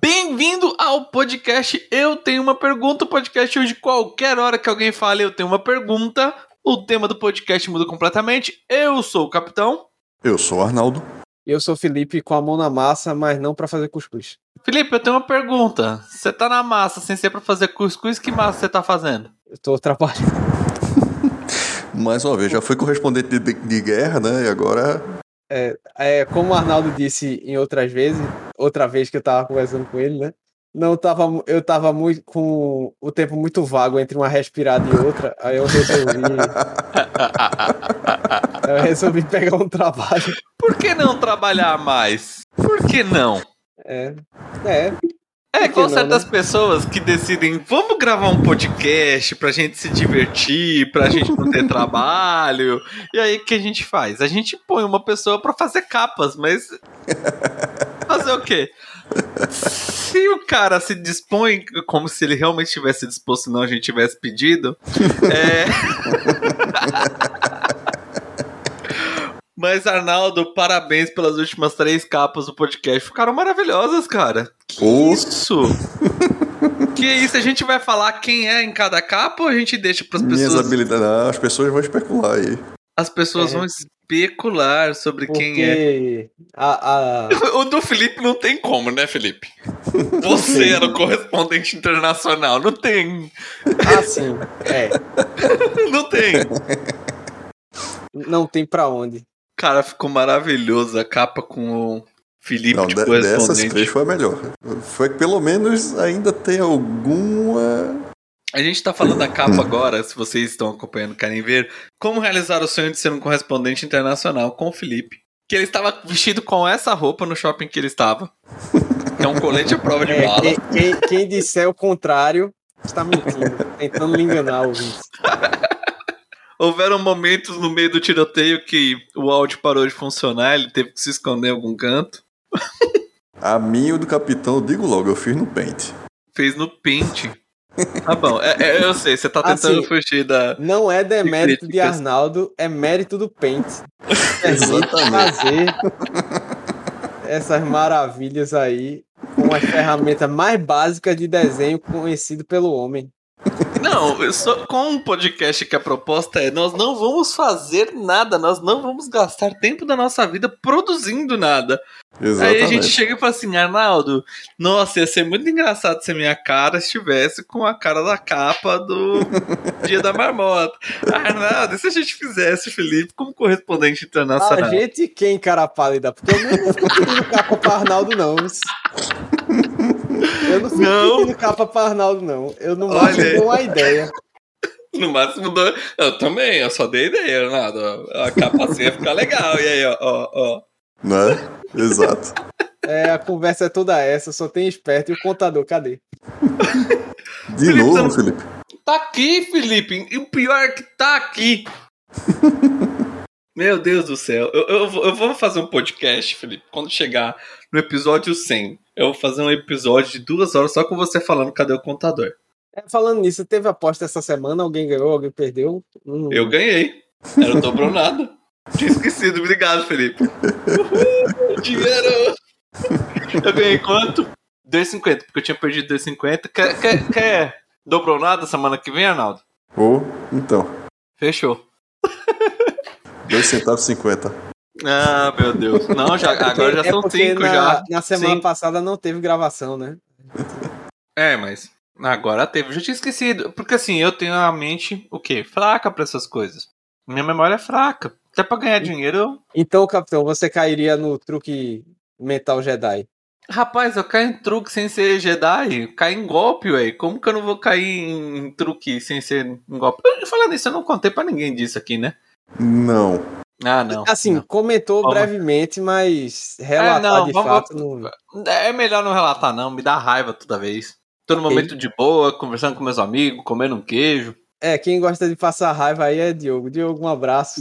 Bem-vindo ao podcast Eu Tenho Uma Pergunta, o podcast onde qualquer hora que alguém fale eu tenho uma pergunta, o tema do podcast muda completamente. Eu sou o Capitão. Eu sou o Arnaldo. Eu sou o Felipe com a mão na massa, mas não para fazer cuscuz. Felipe, eu tenho uma pergunta. Você tá na massa sem ser pra fazer cuscuz, que massa você tá fazendo? Eu tô trabalhando. Mais uma vez, já fui correspondente de, de- de guerra, né? E agora. É, como o Arnaldo disse em outras vezes, outra vez que eu tava conversando com ele, né? Não tava, mu- eu tava muito com o tempo muito vago entre uma respirada e outra, aí eu resolvi, eu resolvi pegar um trabalho. Por que não trabalhar mais? Por que não? É, é, É Por que igual não, né? certas pessoas que decidem, vamos gravar um podcast pra gente se divertir, pra gente não ter trabalho. E aí o que a gente faz? A gente põe uma pessoa pra fazer capas, mas. Fazer o quê? Se o cara se dispõe como se ele realmente tivesse disposto, não a gente tivesse pedido. é... Mas, Arnaldo, parabéns pelas últimas três capas do podcast. Ficaram maravilhosas, cara. Que Ô. isso? que isso? A gente vai falar quem é em cada capa ou a gente deixa pras Minhas pessoas? habilidades. Ah, as pessoas vão especular aí. As pessoas É. vão especular sobre quem é. porque a, a- O do Felipe não tem como, né, Felipe? Você era o correspondente internacional. Não tem. ah, sim, é, Não tem. não tem pra onde. Cara, ficou maravilhoso a capa com o Felipe Não, Tipo de de- dessas três correspondente. foi a melhor. Foi que pelo menos ainda tem alguma. A gente tá falando da capa agora, se vocês estão acompanhando, querem ver, como realizar o sonho de ser um correspondente internacional com o Felipe. Que ele estava vestido com essa roupa no shopping que ele estava. É um colete à prova de É, bala. quem, quem, quem disser o contrário está mentindo, tentando lhe enganar, ouvinte. Houveram momentos no meio do tiroteio que o áudio parou de funcionar, ele teve que se esconder em algum canto. A minha e o do capitão, eu digo logo, eu fiz no Paint. Fez no pente. Tá bom, é- é, eu sei, você tá tentando Assim, fugir da. Não é demérito de críticas. Arnaldo, é mérito do Paint. Permite Exatamente. fazer essas maravilhas aí com as ferramentas mais básicas de desenho conhecido pelo homem. Não, eu só, com um podcast que a proposta é: nós não vamos fazer nada, nós não vamos gastar tempo da nossa vida produzindo nada. Exatamente. Aí a gente chega e fala assim: Arnaldo, nossa, ia ser muito engraçado se a minha cara estivesse com a cara da capa do Dia da Marmota. Arnaldo, e se a gente fizesse o Felipe como correspondente A internacional? Ah, gente quem, cara pálida? Porque eu não fico pedindo capa pra Arnaldo, não. Eu não fico Não. pedindo capa pra Arnaldo, não. Eu não Olha. acho uma ideia. No máximo, do... eu também, eu só dei ideia, Arnaldo. A capa assim ia ficar legal. E aí, ó, ó, ó. Né? Exato. É, a conversa é toda essa, só tem esperto e o contador, cadê? De Felipe, novo, tá no- Felipe. Tá aqui, Felipe. E o pior é que tá aqui. Meu Deus do céu. Eu, eu vou- eu vou fazer um podcast, Felipe, quando chegar no episódio 100. Eu vou fazer um episódio de duas horas só com você falando cadê o contador. É, falando nisso, teve aposta essa semana, alguém ganhou, alguém perdeu? Hum. Eu ganhei. Era o dobro ou nada. Tinha esquecido. Obrigado, Felipe. Uhul, dinheiro! Eu ganhei quanto? 2,50, porque eu tinha perdido 2,50. Quer, quer, quer dobrou nada semana que vem, Arnaldo? Ou, então, Fechou. 2 centavos e 50. Ah, meu Deus. Não, já, agora já É são porque cinco na, já. Na semana Sim. passada não teve gravação, né? É, mas agora teve. Eu já tinha esquecido. Porque assim, eu tenho a mente, o quê? Fraca pra essas coisas. Minha memória é fraca. Até pra ganhar dinheiro, eu... Então, capitão, você cairia no truque mental Jedi. Rapaz, eu caio em truque sem ser Jedi, caio em golpe, ué. Como que eu não vou cair em truque sem ser em golpe? Eu, falando nisso, eu não contei pra ninguém disso aqui, né? Não. Ah, não. assim, não. comentou Vamos. É, brevemente, mas relatar não, de vamos- fato não. É melhor não relatar, não. Me dá raiva toda vez. Tô no momento de boa, conversando com meus amigos, comendo um queijo. É, quem gosta de passar raiva aí é Diogo. Diogo, um abraço.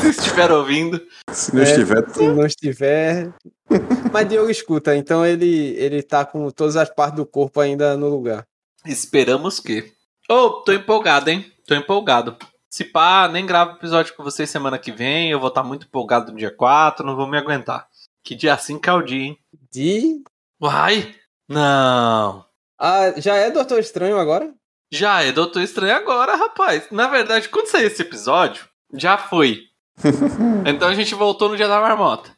se estiver ouvindo. Se não É. estiver, se não estiver. Mas Diogo escuta, então ele, ele tá com todas as partes do corpo ainda no lugar. Esperamos que. Oh, tô empolgado, hein? Tô empolgado. Se pá, nem gravo episódio com vocês semana que vem. Eu vou estar muito empolgado no dia 4, não vou me aguentar. Que dia 5 é o dia, hein? De. Uai! Não. Ah, já é Doutor Estranho agora? Já é Doutor Estranho agora, rapaz. Na verdade, quando sair esse episódio, já foi. então a gente voltou no dia da marmota.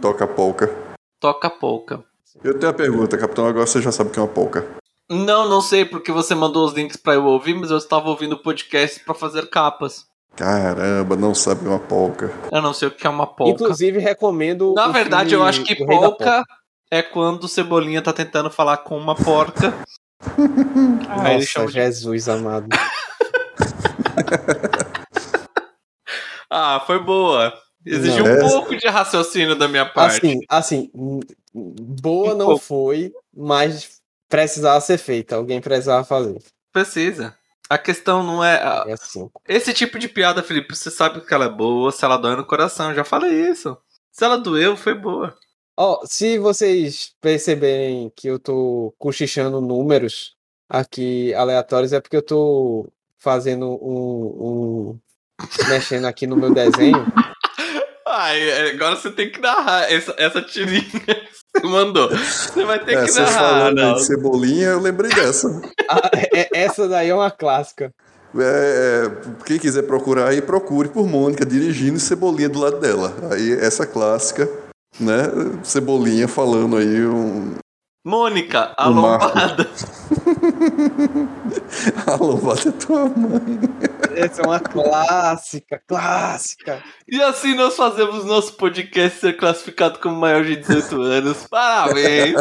Toca polca. Toca pouca. Eu tenho uma pergunta, capitão. Agora você já sabe o que é uma polca. Não, não sei porque você mandou os links pra eu ouvir, mas eu estava ouvindo podcasts pra fazer capas. Caramba, não sabe o que é uma polca. Eu não sei o que é uma polca. Inclusive, recomendo. Na o verdade, eu filme acho que do Rei da polca é quando o Cebolinha tá tentando falar com uma porca. Aí ele Nossa, chama de- Jesus amado. Ah, foi boa. Exigiu Não, um essa- pouco de raciocínio da minha parte. é- Assim, assim, m- m- boa Um não pouco. foi, mas precisava ser feita. Alguém precisava fazer. Precisa. A questão não é. a- É assim. Esse tipo de piada, Felipe, você sabe que ela é boa, se ela dói no coração. eu Já falei isso. Se ela doeu, foi boa. Ó, se vocês perceberem que eu tô cochichando números aqui aleatórios, é porque eu tô fazendo um. um- mexendo aqui no meu desenho. Ai, é, agora você tem que narrar essa, essa tirinha que você mandou. Você vai ter é, que você narrar, falando aí não. de cebolinha, eu lembrei dessa. Ah, é- essa daí é uma clássica. É, é, quem quiser procurar aí, procure por Mônica dirigindo e Cebolinha do lado dela. Aí essa clássica, né? Cebolinha falando aí um Mônica, a O Marco. lombada. Alô, é tua mãe. Essa é uma clássica, clássica. E assim nós fazemos nosso podcast ser classificado como maior de 18 anos. Parabéns.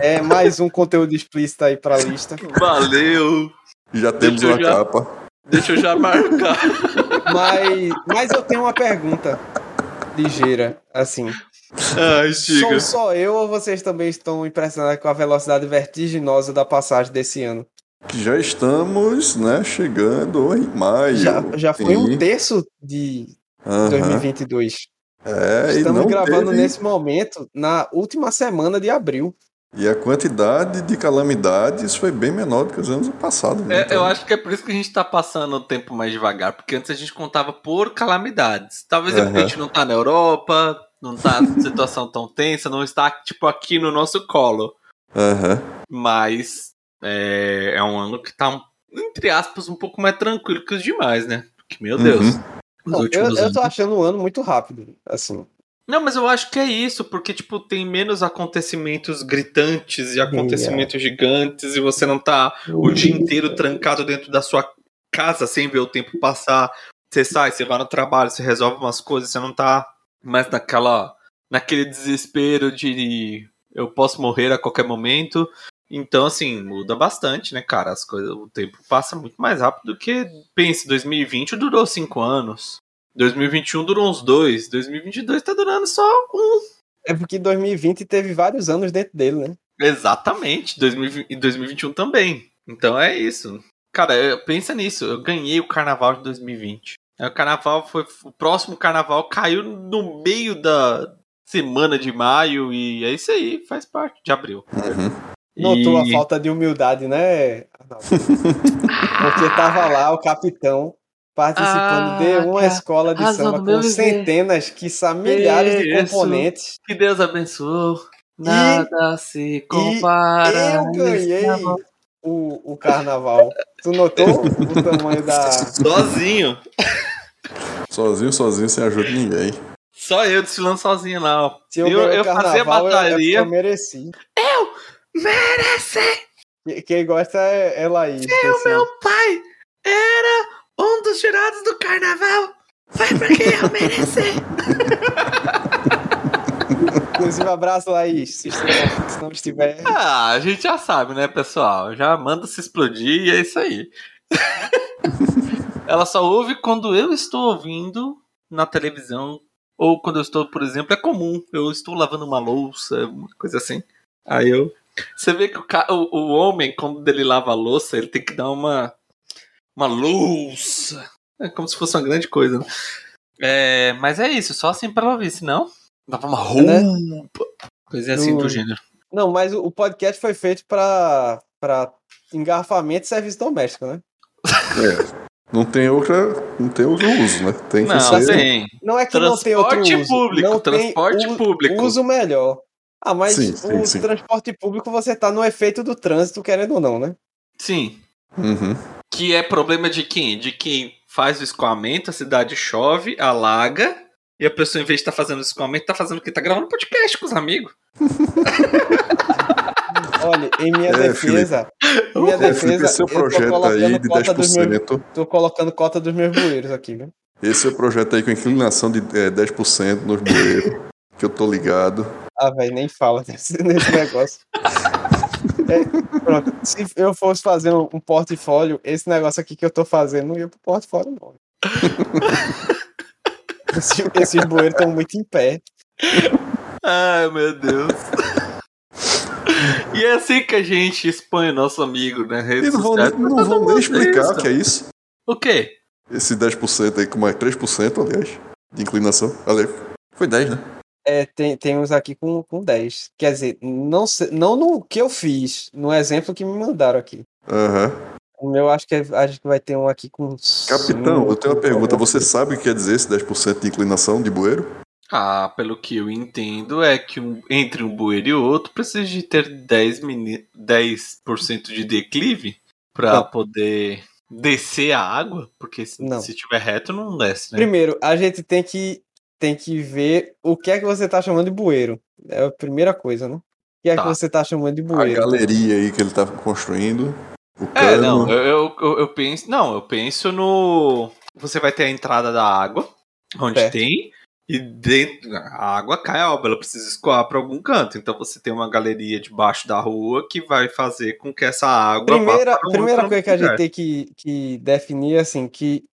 É mais um conteúdo explícito aí pra lista. Valeu. Já temos Deixa eu uma já- capa. Deixa eu já marcar. Mas, mas eu tenho uma pergunta ligeira, assim. Ai, Sou Chico. só eu ou vocês também estão impressionados com a velocidade vertiginosa da passagem desse ano? Que já estamos, né, chegando em maio. Já, já foi um Sim. terço de Aham. 2022. É, e Estamos não gravando teve- nesse momento, na última semana de abril. E a quantidade de calamidades foi bem menor do que os anos passados. né? É, Então, eu acho que é por isso que a gente tá passando o tempo mais devagar, porque antes a gente contava por calamidades. Talvez é porque a gente não tá na Europa, não tá numa situação tão tensa, não está, tipo, aqui no nosso colo. Aham. Mas é, é um ano que tá, entre aspas, um pouco mais tranquilo que os demais, né? Porque, meu Uhum. Deus. Os Não, eu, últimos eu anos- tô achando o ano muito rápido, assim. Não, mas eu acho que é isso, porque, tipo, tem menos acontecimentos gritantes e acontecimentos gigantes, e você não tá o dia inteiro trancado dentro da sua casa sem ver o tempo passar. Você sai, você vai no trabalho, você resolve umas coisas, você não tá mais naquela. naquele desespero de eu posso morrer a qualquer momento. Então, assim, muda bastante, né, cara? As coisas, o tempo passa muito mais rápido do que. Pense, 2020 durou cinco anos. 2021 durou uns dois. 2022 tá durando só um. É porque 2020 teve vários anos dentro dele, né? Exatamente. 2020 e 2021 também. Então é isso. Cara, eu- pensa nisso. Eu ganhei o carnaval de 2020. Aí É, O carnaval foi. O próximo carnaval caiu no meio da semana de maio. E é isso aí, faz parte de abril. Uhum. Notou a E- falta de humildade, né, Arnaldo? Porque tava lá o capitão participando Ah, de uma cara, escola de razão samba do meu com viver. centenas, quiçá milhares de Isso. componentes. Que Deus abençoou. Nada se compara. Eu ganhei Esse carnaval. o, o carnaval. Tu notou o tamanho da. Sozinho. Sozinho, sozinho, sem ajuda de ninguém. Só eu desfilando sozinho lá, ó. Se eu, Eu- ganhei eu o fazia carnaval, eu- é porque eu, batalha. mereci. Merece! é Que- Quem gosta é, é Laís. pessoal. pai era um dos jurados do carnaval. Vai pra quem eu merecer. Inclusive, abraço, Laís. Se estiver- se não estiver. Ah, a gente já sabe, né, pessoal? Já manda se explodir e é isso aí. Ela só ouve quando eu estou ouvindo na televisão. Ou quando eu estou, por exemplo, é comum. Eu estou lavando uma louça, uma coisa assim. Aí eu. Você vê que o, ca- o, o homem, quando ele lava a louça, ele tem que dar uma. Uma louça. É como se fosse uma grande coisa. né? É, mas é isso, só assim pra ela ouvir, senão. Dava uma É, Né? roupa. Coisa assim No- do gênero. Não, mas o, o podcast foi feito para engarrafamento e serviço doméstico, né? É. Não tem outra, não tem outro uso, né? Tem que Não, ser tem. Não é que não tem outro Transporte uso. público. não tem transporte u- público. uso melhor. Ah, mas Sim, sim, o sim. transporte público você tá no efeito do trânsito, querendo ou não, né? Sim. Uhum. Que é problema de quem? De quem faz o escoamento, a cidade chove, alaga, e a pessoa, em vez de estar fazendo escoamento, tá fazendo o quê? Tá gravando podcast com os amigos. Olha, em minha É, defesa, em minha É, Felipe, defesa, seu eu tô projeto colocando, aí de cota dos meus, 10%. tô colocando cota dos meus bueiros aqui, viu? Esse é o projeto aí com inclinação de é, 10% nos bueiros. que eu tô ligado. Ah, velho, nem fala desse, nesse negócio. É, pronto, se eu fosse fazer um, um portfólio, esse negócio aqui que eu tô fazendo não ia pro portfólio, não. Esse- esses bueiros estão muito em pé. Ai, meu Deus. e é assim que a gente expõe o nosso amigo né? na rede E não vão, social. nem- não vão nem explicar o que é isso. O quê? Esse 10% aí, como é 3%, aliás, de inclinação. Aliás, foi 10, né? É, tem, tem uns aqui com, com 10. Quer dizer, não, sei- não no que eu fiz, no exemplo que me mandaram aqui. Aham. O meu acho que, é- acho que vai ter um aqui com. Capitão, cinco, eu tenho uma pergunta. talvez. Você sabe o que quer dizer esse 10% de inclinação de bueiro? Ah, pelo que eu entendo, é que um- entre um bueiro e outro precisa de ter 10, mini- 10% de declive pra Não. poder descer a água, porque se, Não. se tiver reto não desce, né? Primeiro, a gente tem que, tem que ver o que é que você tá chamando de bueiro. É a primeira coisa, né? O que é Tá. que você tá chamando de A bueiro? galeria aí que ele tá construindo. O cano. É, não, eu, eu- eu- eu penso. Não, eu penso no. Você vai ter a entrada da água, onde Certo. tem, e dentro. A água cai, é óbvio, ela precisa escoar para algum canto. Então você tem uma galeria debaixo da rua que vai fazer com que essa água. vá Primeira, pra um primeira outro coisa que a gente lugar. tem que, que definir, assim, que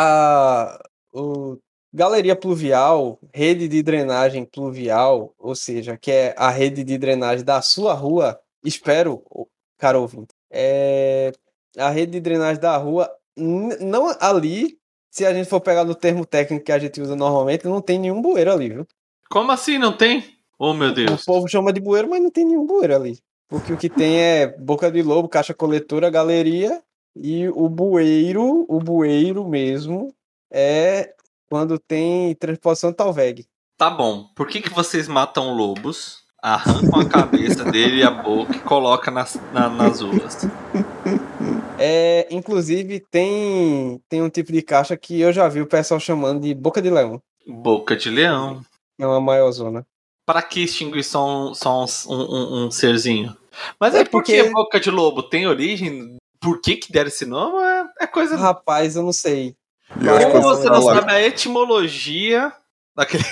a o, galeria pluvial, rede de drenagem pluvial, ou seja, que é a rede de drenagem da sua rua, espero, ô, caro ouvinte, é, a rede de drenagem da rua, n- não ali, se a gente for pegar no termo técnico que a gente usa normalmente, não tem nenhum bueiro ali, viu? Como assim não tem? Oh, meu Deus. O povo chama de bueiro, mas não tem nenhum bueiro ali. Porque o que tem é boca de lobo, caixa coletora, galeria e o bueiro, o bueiro mesmo, é quando tem transposição talveg. Tá bom. Por que, que vocês matam lobos, arrancam a cabeça dele e a boca e colocam nas, na- nas ruas? É, inclusive, tem, tem um tipo de caixa que eu já vi o pessoal chamando de boca de leão. Boca de leão. É uma maior zona. Pra que extinguir só um, só um, um- um- um serzinho? Mas é, É porque... porque- boca de lobo tem origem? Por que, que deram esse nome? É, é coisa. Ah, Rapaz, eu não sei. E eu acho que Como eu- você não eu- sabe a etimologia daquele.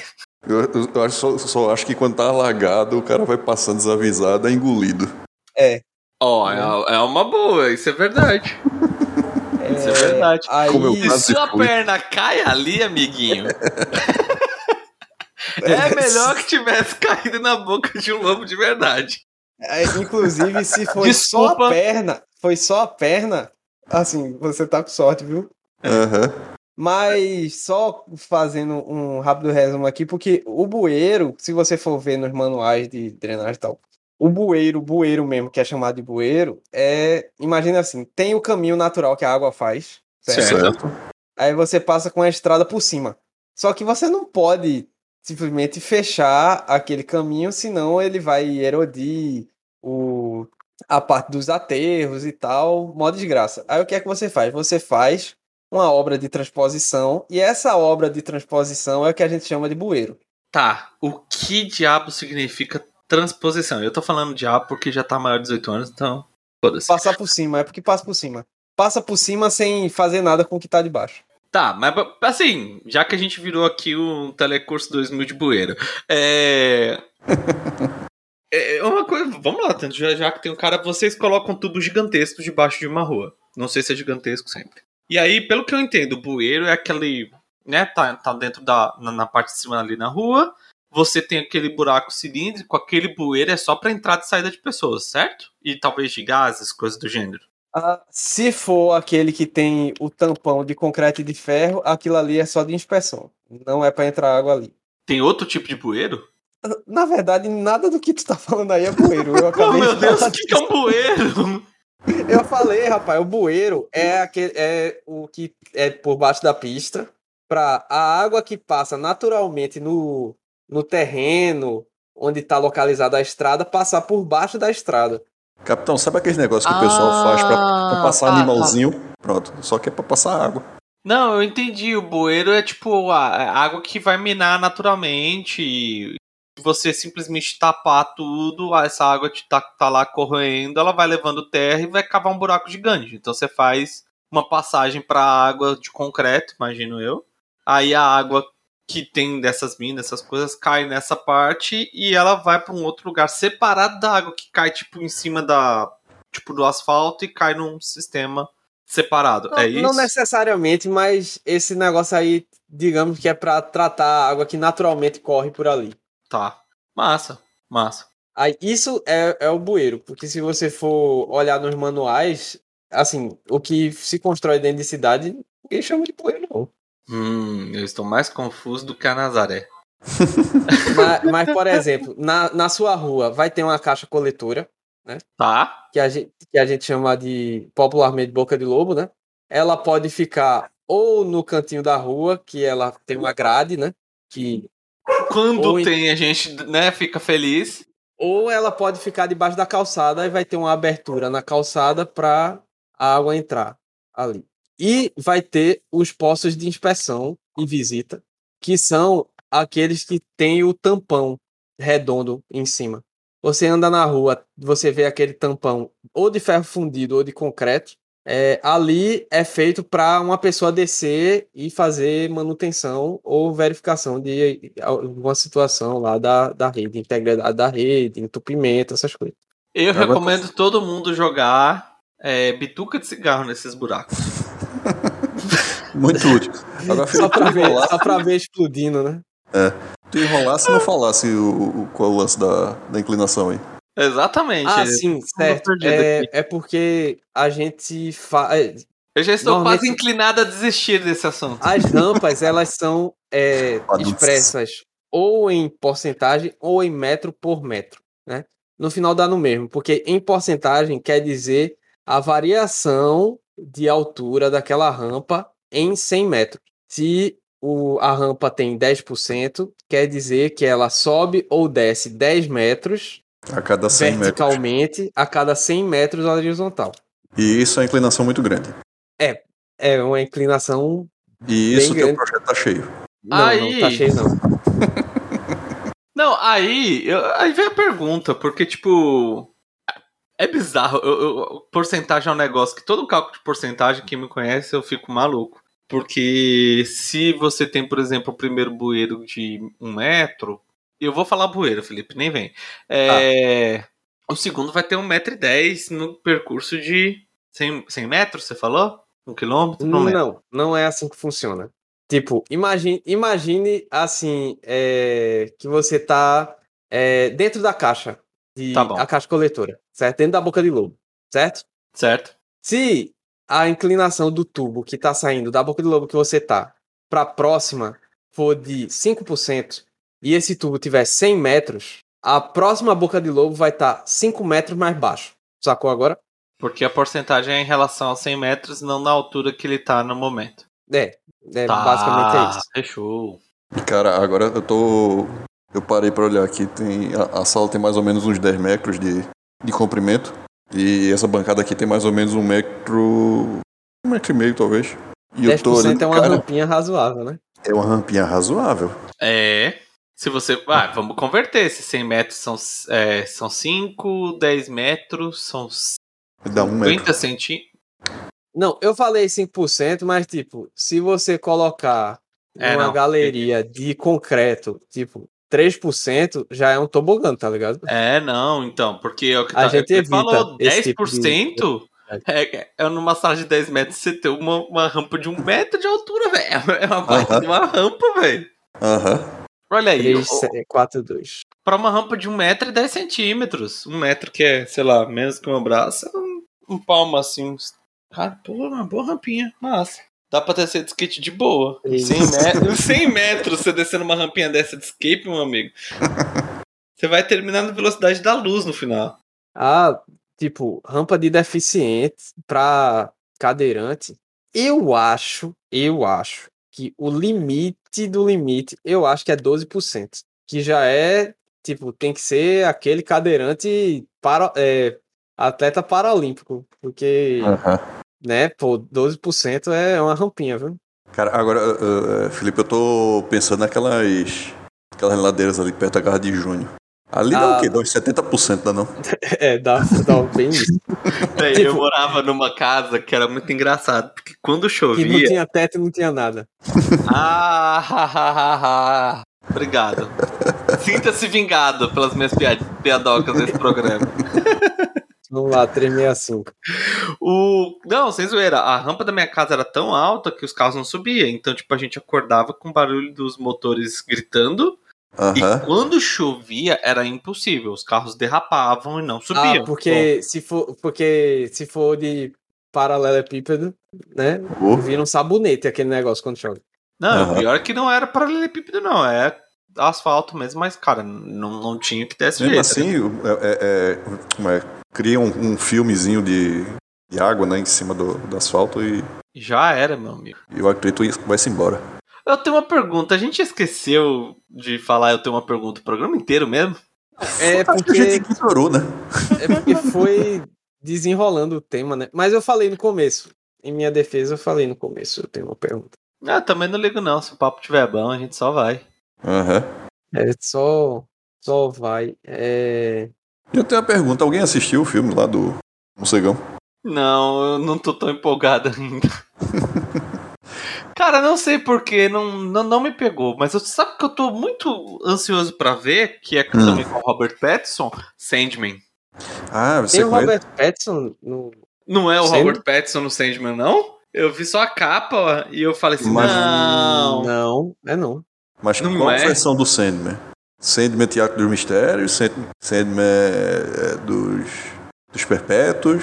Eu, eu- eu acho- só, só acho que quando tá alagado, o cara vai passando desavisado, é engolido. Ó, é, é uma boa, isso é verdade. Isso é verdade. Aí, Como eu E Quase se a fui. perna cai ali, amiguinho, é melhor que tivesse caído na boca de um lobo de verdade. É, Inclusive, se foi só Desculpa. a perna, foi só a perna, assim, você tá com sorte, viu? É. Aham. Mas só fazendo um rápido resumo aqui, porque o bueiro, se você for ver nos manuais de drenagem e tal, o bueiro, o bueiro mesmo, que é chamado de bueiro, é, imagina assim, tem o caminho natural que a água faz, certo? Certo. Aí você passa com a estrada por cima. Só que você não pode simplesmente fechar aquele caminho, senão ele vai erodir o, a parte dos aterros e tal, mó desgraça. Aí o que é que você faz? Você faz uma obra de transposição, e essa obra de transposição é o que a gente chama de bueiro. Tá, o que diabo significa transposição? Eu tô falando diabo porque já tá maior de 18 anos, então. Foda-se. Passar por cima, é porque passa por cima. Passa por cima sem fazer nada com o que tá debaixo. Tá, mas ba- assim, já que a gente virou aqui um Telecurso 2000 de bueiro, é... é uma coisa, vamos lá, tanto já, já que tem um cara, vocês colocam tubos gigantescos debaixo de uma rua. Não sei se é gigantesco sempre. E aí, pelo que eu entendo, o bueiro é aquele, né, tá, tá dentro da, na, na parte de cima ali na rua, você tem aquele buraco cilíndrico, aquele bueiro é só pra entrada e saída de pessoas, certo? E talvez de gases, coisas do gênero. Ah, se for aquele que tem o tampão de concreto e de ferro, aquilo ali é só de inspeção. Não é pra entrar água ali. Tem outro tipo de bueiro? Na verdade, nada do que tu tá falando aí é bueiro. Eu Oh, acabei meu de Deus, falar o que que é um bueiro? disso. Eu falei, rapaz, o bueiro é aquele é o que é por baixo da pista para a água que passa naturalmente no, no terreno onde está localizada a estrada, passar por baixo da estrada. Capitão, sabe aquele negócio que o pessoal Ah, faz pra, pra passar tá, tá. animalzinho? Pronto, só que é pra passar água. Não, eu entendi. O bueiro é tipo a a água que vai minar naturalmente. E se você simplesmente tapar tudo, a- essa água que tá, tá lá corroendo, ela vai levando terra e vai cavar um buraco gigante. Então você faz uma passagem pra água de concreto, imagino eu. Aí a água que tem dessas minas, essas coisas, cai nessa parte e ela vai pra um outro lugar separado da água que cai tipo em cima da tipo do asfalto e cai num sistema separado. Não, é isso? não necessariamente, mas esse negócio aí, digamos que é para tratar a água que naturalmente corre por ali. Tá. Massa, massa. Aí, isso é, é o bueiro, porque se você for olhar nos manuais, assim, o que se constrói dentro de cidade, ninguém chama de bueiro, não. Hum, eu estou mais confuso do que a Nazaré. Mas, mas, por exemplo, na, na sua rua vai ter uma caixa coletora, Tá? que a gente, que a gente chama de popularmente boca de lobo, né? Ela pode ficar ou no cantinho da rua, que ela tem uma grade, né? Que, Quando Oi. tem, a gente, né, fica feliz. ou ela pode ficar debaixo da calçada e vai ter uma abertura na calçada para a água entrar ali. E vai ter os postos de inspeção e visita, que são aqueles que têm o tampão redondo em cima. Você anda na rua, você vê aquele tampão ou de ferro fundido ou de concreto. É, ali é feito para uma pessoa descer e fazer manutenção ou verificação de alguma situação lá da, da rede, integridade da rede, entupimento, essas coisas. Eu Agora- recomendo todo mundo jogar é, bituca de cigarro nesses buracos. Muito útil. Agora, Só Felipe, pra tu ver, enrolasse, só pra ver explodindo, né? tu enrolasse e não falasse o, o- qual é o lance da, da inclinação aí. Exatamente. Ah, é, eu sim, tô certo. perdido É, aqui. é porque a gente é, faz. Eu já estou normalmente- quase inclinado a desistir desse assunto. As rampas, elas são é, Adultos. expressas ou em porcentagem ou em metro por metro, né? No final dá no mesmo, porque em porcentagem quer dizer a variação de altura daquela rampa em 100 metros. Se o, a rampa tem 10%, quer dizer que ela sobe ou desce 10 metros A cada 100 metros. verticalmente a cada 100 metros horizontal. E isso é uma inclinação muito grande. É uma inclinação E isso Bem teu grande. projeto tá cheio. não, não tá Aí. cheio não. Não, aí, eu- aí vem a pergunta, porque, tipo. É bizarro. eu- eu- porcentagem é um negócio que todo cálculo de porcentagem, quem me conhece, eu fico maluco. Porque se você tem, por exemplo, o primeiro bueiro de um metro. Eu vou falar bueiro, Felipe, nem vem. É, O segundo vai ter 1,10m no percurso de 100, 100 metros, você falou? Um quilômetro? Não, lembro. Não, não é assim que funciona. Tipo, imagine, imagine assim, é, que você tá é, dentro da caixa, de, Tá bom. a caixa coletora, certo? Dentro da boca de lobo, certo? Certo? Se a inclinação do tubo que tá saindo da boca de lobo que você tá pra próxima for de 5% e esse tubo tiver 100 metros, a próxima boca de lobo vai estar tá 5 metros mais baixo. Sacou agora? Porque a porcentagem é em relação aos 100 metros, não na altura que ele tá no momento. É, é Tá. basicamente é isso. Tá, Fechou. Cara, agora eu tô. Eu parei pra olhar aqui. Tem... A, a sala tem mais ou menos uns 10 metros de, de comprimento. E essa bancada aqui tem mais ou menos um metro. Um metro e meio, talvez. E eu tô 10% olhando. é uma cara, rampinha razoável, né? é uma rampinha razoável. É. Se você. Ah, vamos converter. Esses 100 metros são, é, são 5, 10 metros, são Dá um metro. 50 centímetros. Não, eu falei 5%, mas tipo, se você colocar É, uma não. galeria de concreto, tipo, 3%, já é um tobogã, tá ligado? É, não, então, porque é o que A tá, gente você evita falou, 10% esse tipo de- é, é numa sala de 10 metros você ter uma, uma rampa de um metro de altura, velho. É uma baita Aham. de uma rampa, velho. Aham. Olha aí, 3, ó, 4, 2. pra uma rampa de 1 metro e 10 centímetros. Um metro que é, sei lá, menos que um braço, é um, um palmo assim. uns- Cara, pô, uma boa rampinha, massa. Dá pra descer de skate de boa. Isso. 100 metros, 100 metros você descendo uma rampinha dessa de skate, meu amigo. Você vai terminar na velocidade da luz no final. Ah, tipo, rampa de deficiente pra cadeirante. Eu acho, eu acho que o limite do limite, eu acho que é 12%, que já é tipo, tem que ser aquele cadeirante para, é, atleta paralímpico. Porque, Aham. né, pô, 12% é uma rampinha, viu? Cara, agora, uh, uh, Felipe, eu tô pensando naquelas. Aquelas ladeiras ali perto da Garra de Junho. Ali dá Ah. o quê? Dá uns 70%, dá não? É, dá, dá bem isso. Véi, eu Tipo- morava numa casa que era muito engraçado, porque quando Que não chovia. tinha teto e não tinha nada. Ah, ha, ha, ha, ha. Obrigado. Sinta-se vingado pelas minhas piad- piadocas nesse programa. Vamos lá, 365. O... Não, sem zoeira, a rampa da minha casa era tão alta que os carros não subiam. Então, tipo, a gente acordava com o barulho dos motores gritando. E Aham. quando chovia, era impossível. Os carros derrapavam e não subiam. Ah, porque se for, porque se for de paralelepípedo, né? Ô, Vira um sabonete aquele negócio quando chove. Não, o Aham. pior é que não era paralelepípedo, não. É asfalto mesmo, mas, cara, não, não tinha que ter esse Mesmo jeito. assim, o- é, é- é- como é? Cria um, um filmezinho de, de água, né, em cima do, do asfalto e, Já era, meu amigo. e o atrito vai-se embora. Eu tenho uma pergunta. A gente esqueceu de falar eu tenho uma pergunta o programa inteiro mesmo? É Acho que a porque, gente ignorou, né? é porque foi desenrolando o tema, né? Mas eu falei no começo. Em minha defesa, eu falei no começo. Eu tenho uma pergunta. Ah, também não ligo não. Se o papo tiver bom, a gente só vai. Aham. É, só, só vai. É... E eu tenho uma pergunta, alguém assistiu o filme lá do Mocegão? Não, eu não tô tão empolgado ainda. Cara, não sei porquê, não, não, não me pegou, mas eu, sabe que eu tô muito ansioso pra ver, que é Hum. também com o Robert Pattinson, Sandman. Ah, você Tem o conhece? Robert Pattinson no. Não é o Sandman? Robert Pattinson no Sandman, não? Eu vi só a capa ó, e eu falei assim, Mas- não... Não, é não. Mas Não qual é? a versão do Sandman? Sandman é Teatro dos Mistérios, Sand- Sandman é dos, dos Perpétuos.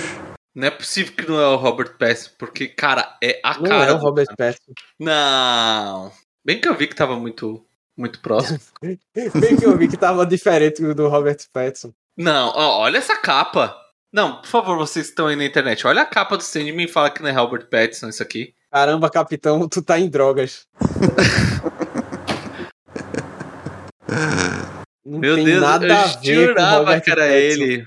Não é possível que não é o Robert Pattinson, porque, cara, é a Não cara é o do Robert Pattinson. Não. Bem que eu vi que tava muito, muito próximo. Bem que eu vi que tava diferente do Robert Pattinson. Não, ó, olha essa capa. Não, por favor, vocês que estão aí na internet, olha a capa do Sandman e fala que não é Robert Pattinson isso aqui. Caramba, capitão, tu tá em drogas. Não Meu tem Deus, nada a eu ver com jurava Robert que era Pattinson. ele.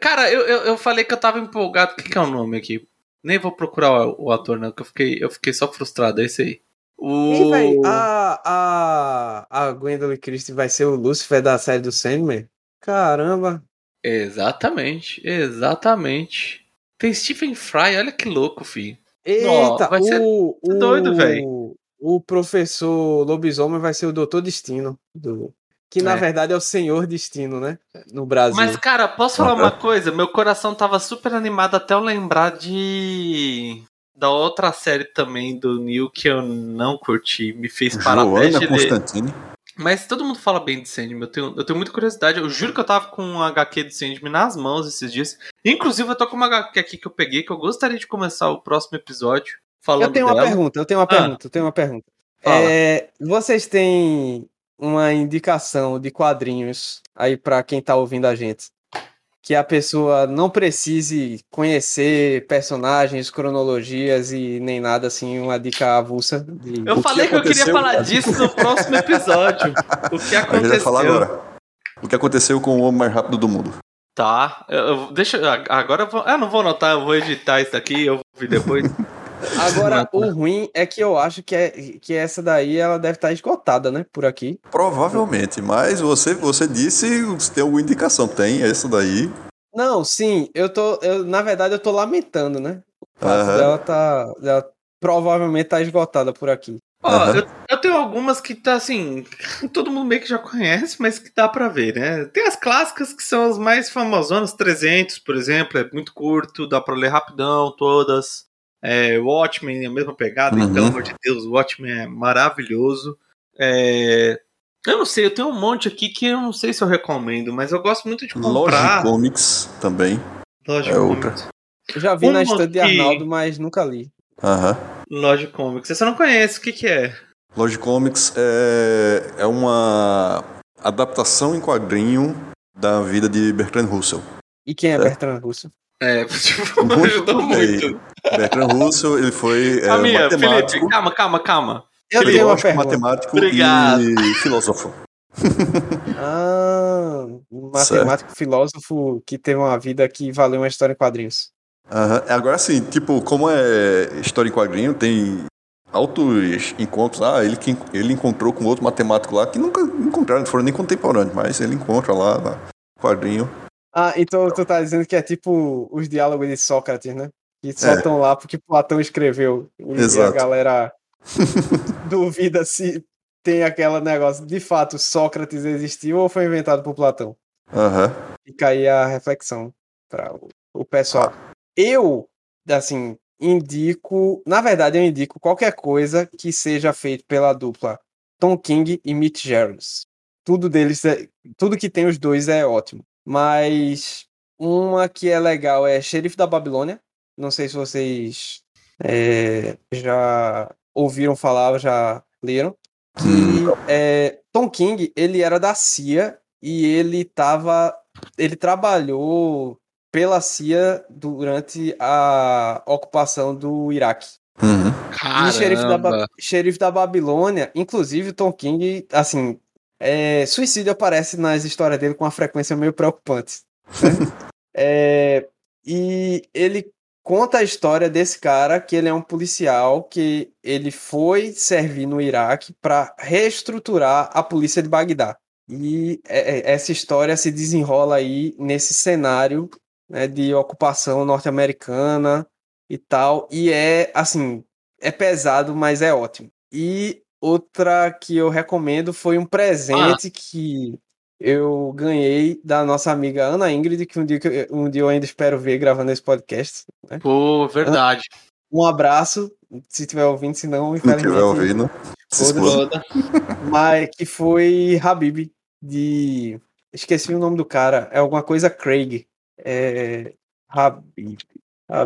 Cara, eu, eu, eu falei que eu tava empolgado. O que, que é o nome aqui? Nem vou procurar o, o ator, não, que eu fiquei, eu fiquei só frustrado, é esse aí. Ei, O... véi, a, a, a Gwendolyn Christie vai ser o Lucifer da série do Sandman? Caramba. Exatamente, exatamente. Tem Stephen Fry, olha que louco, filho. Nó, Eita, vai ser- o, ser o, doido, véi. o professor Lobisomem vai ser o Doutor Destino. Do, que na É. verdade é o Senhor Destino, né? No Brasil. Mas, cara, posso falar Aham. uma coisa? Meu coração tava super animado até eu lembrar de. Da outra série também do Neil que eu não curti. Me fez parar até de Joana ler. Constantine. Mas todo mundo fala bem de Sandman. Eu tenho, eu tenho muita curiosidade. Eu juro que eu tava com um HQ de Sandman nas mãos esses dias. Inclusive, eu tô com uma HQ aqui que eu peguei que eu gostaria de começar o próximo episódio falando Eu tenho uma dela. Ah. pergunta, eu tenho uma pergunta, eu tenho uma pergunta. Fala. É, vocês têm uma indicação de quadrinhos aí pra quem tá ouvindo a gente? Que a pessoa não precise conhecer personagens, cronologias e nem nada assim, uma dica avulsa. de- Eu O que falei que eu queria aconteceu, falar cara? disso no próximo episódio. O que A gente aconteceu? vai falar agora. O que aconteceu com o homem mais rápido do mundo? Tá, eu, eu- deixa. a- Agora eu vou. Ah, não vou anotar, eu vou editar isso daqui, eu vou ouvir depois. Agora, o ruim é que eu acho que, é, que essa daí ela deve estar esgotada, né? Por aqui. Provavelmente, mas você, você disse se tem alguma indicação. Tem essa daí. Não, sim, eu tô. Eu, na verdade, eu tô lamentando, né? O fato Aham. dela tá. Ela provavelmente tá esgotada por aqui. Ó, Aham. eu, eu tenho algumas que tá assim. Todo mundo meio que já conhece, mas que dá pra ver, né? Tem as clássicas que são as mais famosonas, 300, por exemplo, é muito curto, dá pra ler rapidão, todas. É, Watchmen é a mesma pegada, e, Uhum. pelo amor de Deus, Watchmen é maravilhoso. É, Eu não sei, eu tenho um monte aqui que eu não sei se eu recomendo, mas eu gosto muito de comprar. Logicomics Comics também. Lógico. É outra. Eu já vi na Uma estante de que- Arnaldo, mas nunca li. Aham. Loja Comics. Você não conhece, o que que é? Logicomics é, é uma adaptação em quadrinho da vida de Bertrand Russell. E quem é, É. Bertrand Russo? É, tipo, não Muito ajudou bem. muito. Bertrand Russell, ele foi é, Amiga, matemático, Felipe, calma, calma, calma. Eu Ele tenho uma filósofo, pergunta. matemático Obrigado. e filósofo. Ah, um matemático, filósofo que teve uma vida que valeu uma história em quadrinhos. Aham. Agora sim, tipo, como é história em quadrinho, tem altos encontros. Ah, ele, que- ele encontrou com outro matemático lá que nunca encontraram, não foram nem contemporâneos, mas ele encontra lá no quadrinho. Ah, então tu tá dizendo que é tipo os diálogos de Sócrates, né? Que só É. estão lá porque Platão escreveu. E a Exato. galera duvida se tem aquele negócio. De fato, Sócrates existiu ou foi inventado por Platão? Aham. Fica aí a reflexão para o, o pessoal. Eu, assim, indico. Na verdade, eu indico qualquer coisa que seja feito pela dupla Tom King e Mitch Gerrans. Tudo deles, é- tudo que tem os dois é ótimo. Mas uma que é legal é Xerife da Babilônia. Não sei se vocês é, já ouviram falar, já leram que é, Tom King ele era da CIA e ele tava ele trabalhou pela CIA durante a ocupação do Iraque Uhum. Caramba. e xerife da, Ba- xerife da Babilônia, inclusive o Tom King, assim, é, suicídio aparece nas histórias dele com uma frequência meio preocupante. né? É, e ele conta a história desse cara que ele é um policial que ele foi servir no Iraque para reestruturar a polícia de Bagdá. E é, é, essa história se desenrola aí nesse cenário né, de ocupação norte-americana e tal. E é, assim, é pesado, mas é ótimo. E outra que eu recomendo foi um presente que eu ganhei da nossa amiga Ana Ingrid, que um dia, que eu- um dia eu ainda espero ver gravando esse podcast. Pô, verdade. Um abraço, se tiver ouvindo, se não, Quem estiver infelizmente. ouvindo, se Foda-se. exploda. Mas que foi Habib, de. Esqueci o nome do cara, é alguma coisa Craig. É. Habib.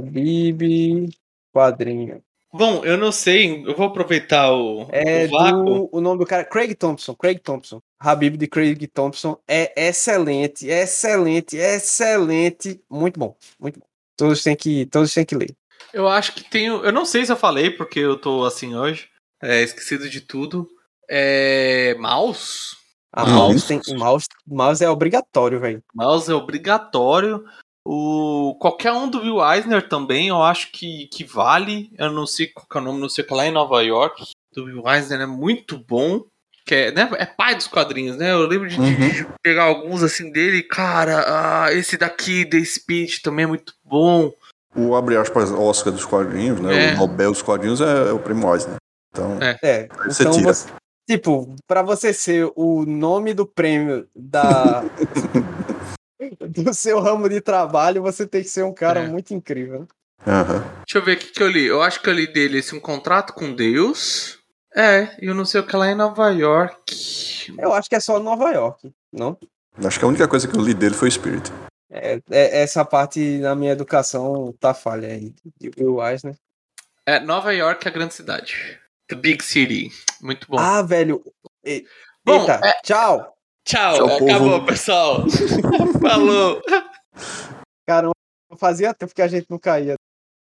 Habib. Quadrinho. Bom, eu não sei, eu vou aproveitar o, É o vácuo. do, o nome do cara, Craig Thompson, Craig Thompson. Habib de Craig Thompson é excelente, é excelente, é excelente, muito bom, muito bom. Todos têm que, todos têm que ler. Eu acho que tenho. Eu não sei se eu falei, porque eu tô assim hoje. É, esquecido de tudo. É. Mouse? A Uhum. mouse tem, mouse, mouse é obrigatório, velho. Mouse é obrigatório. O, qualquer um do Will Eisner também, eu acho que, que vale. Eu não sei qual que é o nome, não sei o que lá em Nova York. Do Will Eisner é muito bom. Que é, né, é pai dos quadrinhos, né? Eu lembro de, de- Uhum. de pegar alguns assim dele. Cara, ah, esse daqui, The Speech, também é muito bom. O abre aspas Oscar dos quadrinhos, né? É. O Nobel dos quadrinhos é o Prêmio Eisner. Então, É. É, Você então tira. você- tipo, pra você ser o nome do prêmio da do seu ramo de trabalho, você tem que ser um cara É. muito incrível. aham. Deixa eu ver o que que eu li. Eu acho que eu li dele esse Um Contrato com Deus. É, e eu não sei o que lá em Nova York. Eu acho que é só Nova York, não? acho que a única coisa que eu li dele foi Spirit. É, é- essa parte na minha educação tá falha aí. de Will Eisner. É, Nova York é a grande cidade. The Big City. Muito bom. Ah, velho. E- Bom, Eita, é- tchau. Tchau, Tchau, acabou, povo. pessoal. Falou. Caramba, fazia tempo que a gente não caía.